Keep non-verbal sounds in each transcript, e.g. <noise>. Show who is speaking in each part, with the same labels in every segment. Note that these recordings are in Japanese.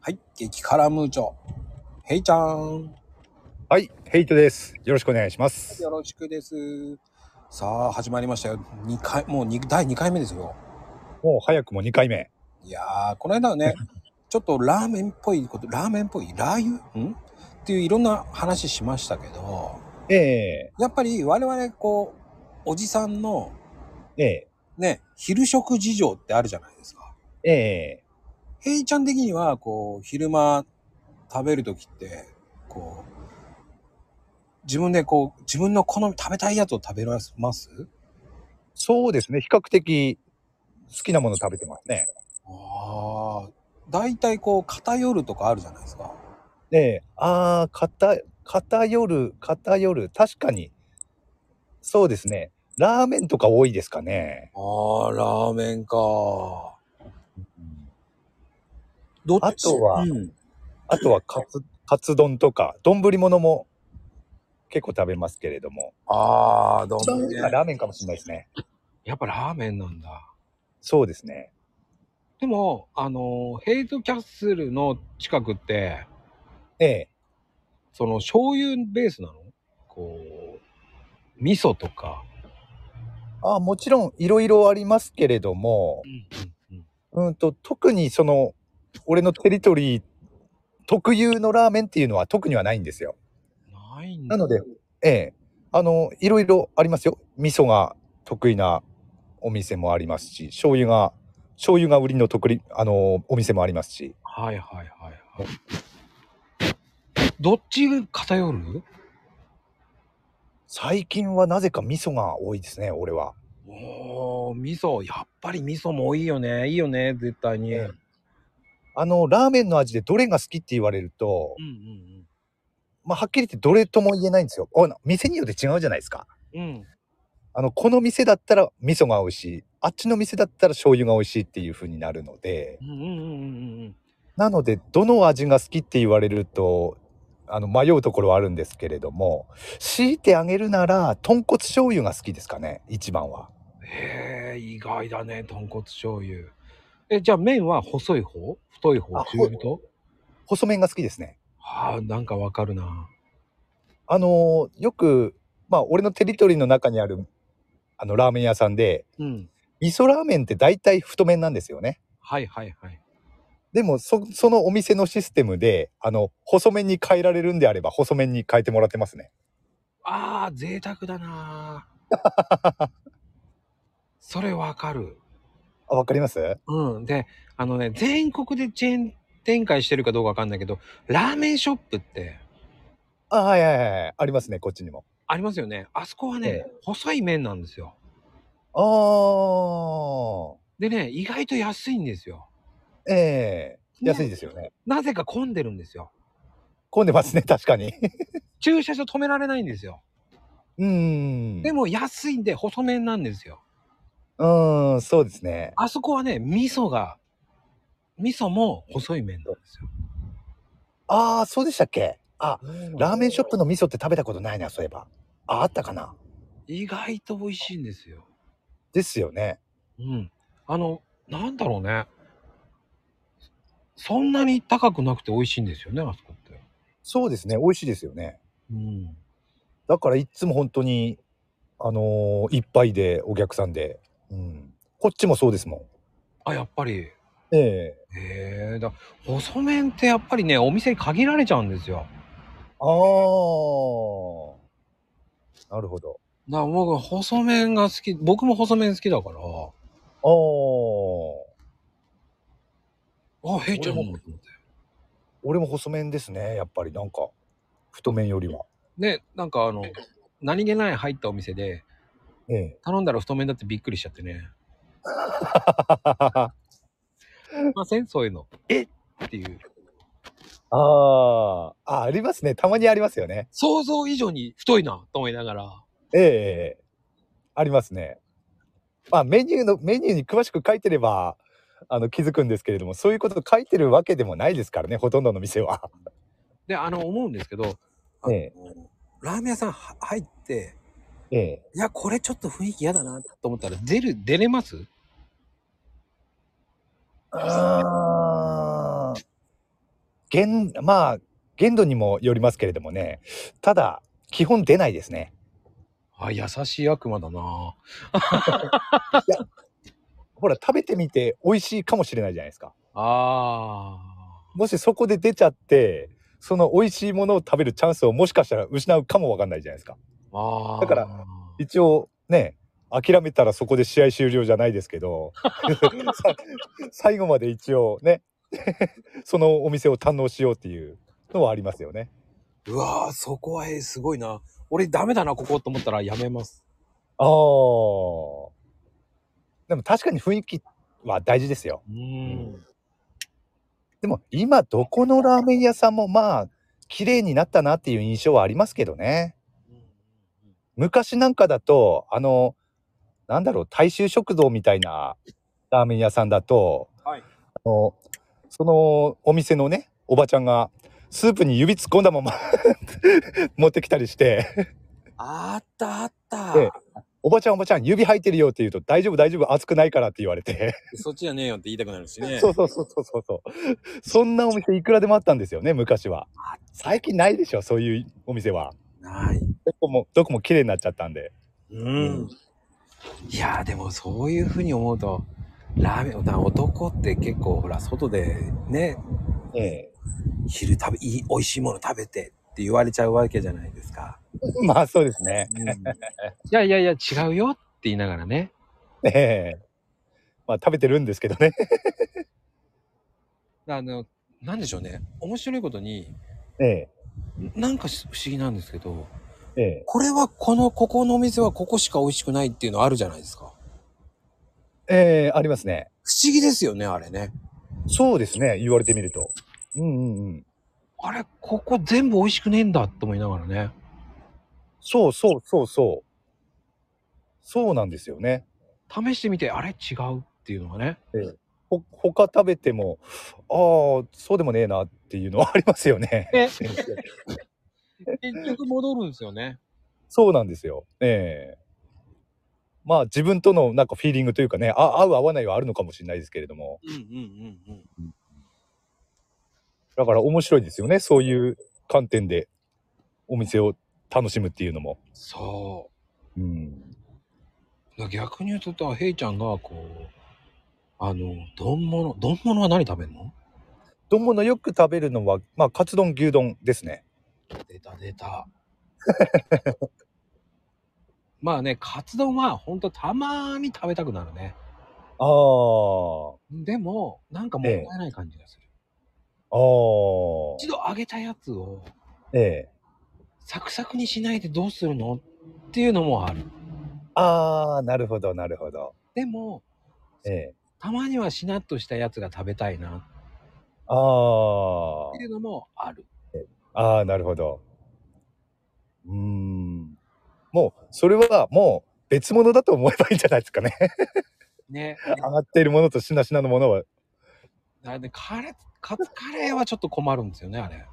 Speaker 1: はい、激辛ムーチョ。ヘイちゃん。
Speaker 2: はい、ヘイトです。よろしくお願いします。
Speaker 1: よろしくです。さあ、始まりましたよ。2回、もうに第2回目ですよ。
Speaker 2: もう早くも2回目。
Speaker 1: いやー、この間はね、ちょっとラーメンっぽいこと、ラーメンっぽい、ラー油んっていういろんな話しましたけど、
Speaker 2: え
Speaker 1: やっぱり我々、こう、おじさんの
Speaker 2: ええ
Speaker 1: ね、昼食事情ってあるじゃないですか。
Speaker 2: ええ
Speaker 1: ヘイちゃん的には、こう、昼間食べるときって、こう、自分でこう、自分の好み、食べたいやつを食べます
Speaker 2: そうですね、比較的好きなもの食べてますね。
Speaker 1: ああ、大体こう、偏るとかあるじゃないですか。
Speaker 2: ええああ、偏偏る、偏る、確かに。そうですね、ラーメンとか多いですかね。
Speaker 1: ああ、ラーメンか。どっち
Speaker 2: あとは
Speaker 1: うん
Speaker 2: あとはカツ、 <laughs> カツ丼とか、丼物も結構食べますけれども。
Speaker 1: ああ、ど
Speaker 2: 一番
Speaker 1: ん
Speaker 2: 多いのはラーメンかもしれないですね。
Speaker 1: やっぱラーメンなんだ。
Speaker 2: そうですね。
Speaker 1: でも、あの、ヘイトキャッスルの近くって、
Speaker 2: ええ
Speaker 1: その醤油ベースなのこう、味噌とか。
Speaker 2: ああ、もちろんいろいろありますけれども、うんと特にその俺のテリトリー特有のラーメンっていうのは特にはないんですよ。
Speaker 1: ないんだ
Speaker 2: なので、ええ、あのいろいろありますよ。味噌が得意なお店もありますし、醤油が醤油が売りの得意あのお店もありますし、
Speaker 1: はいはいはいはい。どっちが偏る
Speaker 2: 最近はなぜか味噌が多いですね。俺は。
Speaker 1: おお味噌やっぱり味噌もいいよねいいよね絶対に、
Speaker 2: ええあのラーメンの味でどれが好きって言われると、
Speaker 1: ん
Speaker 2: まあはっきり言ってどれとも言えないんですよ。お店によって違うじゃないですか。
Speaker 1: うんうんうん
Speaker 2: あのこの店だったら味噌が美味しいあっちの店だったら醤油が美味しいっていう風になるので
Speaker 1: うんうんうんうん
Speaker 2: なのでどの味が好きって言われるとあの迷うところはあるんですけれども強いてあげるなら豚骨醤油が好きですかね一番は
Speaker 1: へえ意外だね豚骨醤油えじゃあ麺は細い方太い方
Speaker 2: あ
Speaker 1: 中太
Speaker 2: 細麺が好きですね
Speaker 1: はあなんかわかるな
Speaker 2: あのーよくまあ俺のテリトリーの中にあるあのラーメン屋さんで
Speaker 1: うん
Speaker 2: 味噌ラーメンって大体太麺なんですよね
Speaker 1: はいはいはい
Speaker 2: でもそそのお店のシステムであの細麺に変えられるんであれば細麺に変えてもらってますね
Speaker 1: あー贅沢だな
Speaker 2: <laughs>
Speaker 1: それわかる
Speaker 2: あわかります
Speaker 1: うん。で、あのね、全国でチェーン展開してるかどうかわかんないけど、ラーメンショップって
Speaker 2: あはいはいはいはいありますねこっちにも
Speaker 1: ありますよね。あそこはね、
Speaker 2: え
Speaker 1: 細い麺なんですよ。
Speaker 2: あ
Speaker 1: でね、意外と安いんですよ。
Speaker 2: あええ
Speaker 1: ね
Speaker 2: 安いですよね
Speaker 1: なぜか混んでるんですよ。
Speaker 2: 混んでますね確かに
Speaker 1: 駐車場止められないんですよ。
Speaker 2: うーん
Speaker 1: でも安いんで細麺なんですよ。
Speaker 2: うーんそうですね
Speaker 1: あそこはね、味噌が、味噌も細い麺なんですよ。
Speaker 2: ああそうでしたっけあラーメンショッ
Speaker 1: プ
Speaker 2: プの味噌って食べたことないなそういえばああったかな
Speaker 1: 意外と美味しいんですよ。
Speaker 2: ですよね
Speaker 1: うん。あの、なんだろうね。そんなに高くなくて美味しいんですよね、あそこって。
Speaker 2: そうですね美味しいですよね
Speaker 1: うん。
Speaker 2: だからいつも本当にあのーいっぱいでお客さんで、うん、こっちもそうですも
Speaker 1: あ、やっぱり。へ
Speaker 2: んええ
Speaker 1: えだ細麺ってやっぱりね、お店に限られちゃうんですよ。
Speaker 2: ああなるほど
Speaker 1: だから僕、細麺が好き、僕も細麺好きだから、
Speaker 2: ああ
Speaker 1: あ、へいちゃんもと
Speaker 2: 俺
Speaker 1: 思
Speaker 2: も
Speaker 1: って。
Speaker 2: 俺も細麺ですねやっぱりなんか太麺よりは、
Speaker 1: ね、なんかあの、何気ない入ったお店で、
Speaker 2: ええ、 <laughs>
Speaker 1: 頼んだら太麺だってびっくりしちゃってね。
Speaker 2: あ
Speaker 1: ませんそういうの。えっていう。
Speaker 2: ああありますねたまにありますよね
Speaker 1: 想像以上に太いな、と思いながら。
Speaker 2: ええええありますねまあメニューのメニューに詳しく書いてればあの気づくんですけれどもそういうこと書いてるわけでもないですからねほとんどの店は
Speaker 1: で、あの、思うんですけど、あの
Speaker 2: <laughs> え
Speaker 1: ラーメン屋さんは入って、
Speaker 2: ええ
Speaker 1: いや、これちょっと雰囲気嫌だなと思ったら、出る、出れます
Speaker 2: あ限まあ限度にもよりますけれどもねただ基本出ないですね
Speaker 1: あ、優しい悪魔だな。
Speaker 2: ほら食べてみて美味しいかもしれないじゃないですか
Speaker 1: あ
Speaker 2: もしそこで出ちゃってその美味しいものを食べるチャンスをもしかしたら失うかもわかんないじゃないですか
Speaker 1: あ。ああ。
Speaker 2: だから、一応ね諦めたらそこで試合終了じゃないですけど <laughs> さ最後まで一応ね <laughs> そのお店を堪能しようっていうのはありますよね
Speaker 1: うわーそこはえーすごいな。俺ダメだな、ここと思ったらやめます。
Speaker 2: ああでも確かに雰囲気は大事ですよ
Speaker 1: う
Speaker 2: うん。でも今どこのラーメン屋さんもまあ綺麗になったなっていう印象はありますけどね昔なんかだとあのなんだろう大衆食堂みたいなラーメン屋さんだと
Speaker 1: はい。
Speaker 2: あのそのお店のねおばちゃんがスープに指突っ込んだま <laughs> ま持ってきたりして
Speaker 1: あったあった。
Speaker 2: え「おばちゃんおばちゃん指入ってるよ」って言うと「大丈夫大丈夫熱くないから」って言われて
Speaker 1: そっちじゃねえよって言いたくなるしね。
Speaker 2: そうそうそうそうそうそうそんなお店いくらでもあったんですよね昔は最近ないでしょそういうお店は
Speaker 1: ない。
Speaker 2: どこもどこも綺麗になっちゃったんで
Speaker 1: うん。いやーでもそういうふうに思うと、ラーメン、だ男って結構ほら、外でね、
Speaker 2: え
Speaker 1: 昼食べ、いい、美味しいもの食べてって言われちゃうわけじゃないですか。
Speaker 2: え <laughs> まあそうですね
Speaker 1: いやいやいや、違うよって言いながらね。
Speaker 2: ええまあ食べてるんですけどね <laughs>
Speaker 1: あの、なんでしょうね。面白いことに、
Speaker 2: ええ
Speaker 1: なんかし不思議なんですけど、
Speaker 2: ええ
Speaker 1: これはこの、ここのお店はここしか美味しくないっていうのあるじゃないですか。
Speaker 2: ええありますね
Speaker 1: 不思議ですよね、あれね。
Speaker 2: そうですね言われてみるとうんうんうん
Speaker 1: あれ、ここ全部美味しくねえんだと思いながらね。
Speaker 2: そうそうそうそう。そうなんですよね。
Speaker 1: 試してみて、あれ違うっていうのがね。
Speaker 2: ほ他食べてもああそうでもねえなっていうのはあ <laughs> りますよね。
Speaker 1: え結局戻るんですよね。
Speaker 2: そうなんですよ。ええまあ自分とのなんかフィーリングというかねあ合う合わないはあるのかもしれないですけれども
Speaker 1: うんうんうんうん。
Speaker 2: だから面白いですよねそういう観点でお店を楽しむっていうのも。
Speaker 1: そ
Speaker 2: うん、
Speaker 1: う。だから逆に言うと、ヘイちゃんがこう、あの、丼物、丼物は何食べんの
Speaker 2: 丼物よく食べるのは、まあ、カツ丼牛丼ですね。
Speaker 1: 出た出た。 <laughs> まあね、カツ丼はほんとたまーに食べたくなるね。
Speaker 2: ああ
Speaker 1: でも、なんかもったいない感じがする。
Speaker 2: ああ
Speaker 1: 一度揚げたやつを
Speaker 2: ええ
Speaker 1: サクサクにしないでどうするのっていうのもある。
Speaker 2: ああなるほどなるほど。
Speaker 1: でも、
Speaker 2: ええ
Speaker 1: たまにはしなっとしたやつが食べたいな
Speaker 2: あ
Speaker 1: っていうのもある。
Speaker 2: あ、ああ、なるほど。うーん。もう、それはもう別物だと思えばいいんじゃないですかね。
Speaker 1: ね。
Speaker 2: 上がっているものとしなしなのものは。
Speaker 1: あでカレー、カツカレーはちょっと困るんですよね、あれ。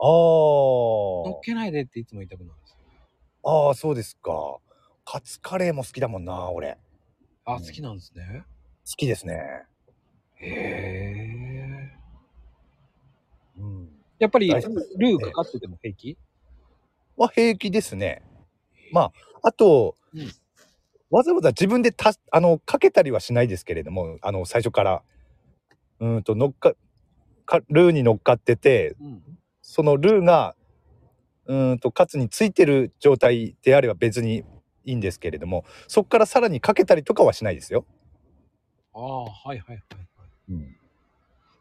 Speaker 1: 乗っ
Speaker 2: あ
Speaker 1: けないでっていつも言いたくなるんですよ。
Speaker 2: あ、ああ、そうですか。カツカレーも好きだもんな、俺。
Speaker 1: あ、好きなんですね。
Speaker 2: 好きですね。
Speaker 1: へえ。
Speaker 2: うん。
Speaker 1: やっぱり、ル
Speaker 2: 大丈夫
Speaker 1: ーかかってても平気
Speaker 2: は平気ですね。まあ、あと、
Speaker 1: うん
Speaker 2: わざわざ自分でた、あの、かけたりはしないですけれども、あの、最初から、うーんと、乗っか、かルーに乗っかってて、
Speaker 1: うん。
Speaker 2: そのルーがうーんとカツについてる状態であれば別にいいんですけれどもそこからさらにかけたりとかはしないですよ。
Speaker 1: ああ、はいはいはいはい。
Speaker 2: うん、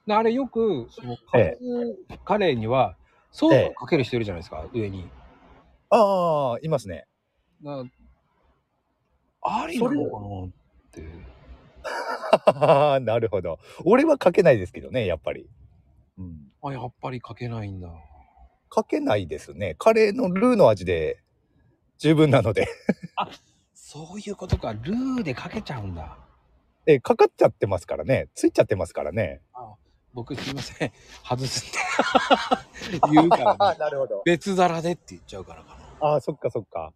Speaker 1: であれよく、そのカ
Speaker 2: え
Speaker 1: ツカレーには、ソースをかける人いるじゃないですか、上に。
Speaker 2: ああいますね。 <laughs>
Speaker 1: なありなのかなって。
Speaker 2: なるほど。俺はかけないですけどねやっぱり、うん。
Speaker 1: あ、やっぱりかけないんだ。
Speaker 2: かけないですね。カレーのルーの味で十分なので <laughs>
Speaker 1: そういうことか、ルーでかけちゃうんだ。
Speaker 2: えかかっちゃってますからねついちゃってますからね。
Speaker 1: 僕すいません、外す <laughs> って言うから、ね、
Speaker 2: なるほど。
Speaker 1: 別皿でって言っちゃうからかな。
Speaker 2: ああそっかそっか。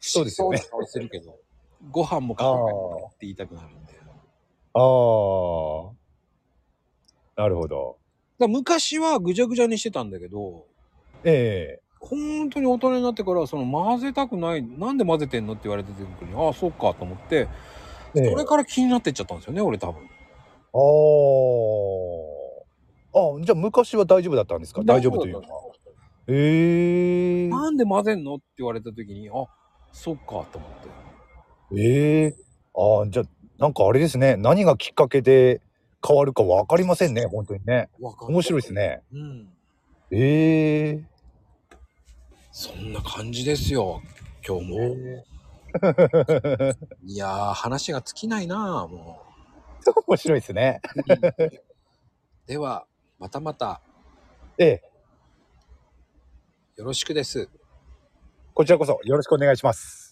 Speaker 2: そうですよね
Speaker 1: 不思議そうな顔するけ <laughs> ど、ご飯もかけないって言いたくなるんで。
Speaker 2: ああなるほど。
Speaker 1: ら昔はぐちゃぐちゃにしてたんだけど、
Speaker 2: え
Speaker 1: 本当に大人になってから、その混ぜたくない、なんで混ぜてんのって言われてた時に、ああ、そっかと思って、
Speaker 2: えええ
Speaker 1: それから気になってっちゃったんですよね、俺多分。
Speaker 2: あーあじゃあ昔は大丈夫だったんですか大丈夫というかええ
Speaker 1: なんで混ぜんのって言われた時に、あ、そっかと思って。
Speaker 2: ええああじゃあなんかあれですね何がきっかけで変わるかわかりませんね本当にね
Speaker 1: わかんな
Speaker 2: 面白いです。ね
Speaker 1: うん。
Speaker 2: ええ
Speaker 1: そんな感じですよ、今日も。いやー、話が尽きないなあも
Speaker 2: 面白いですね
Speaker 1: う。では、またまた
Speaker 2: ええ
Speaker 1: よろしくです。
Speaker 2: こちらこそよろしくお願いします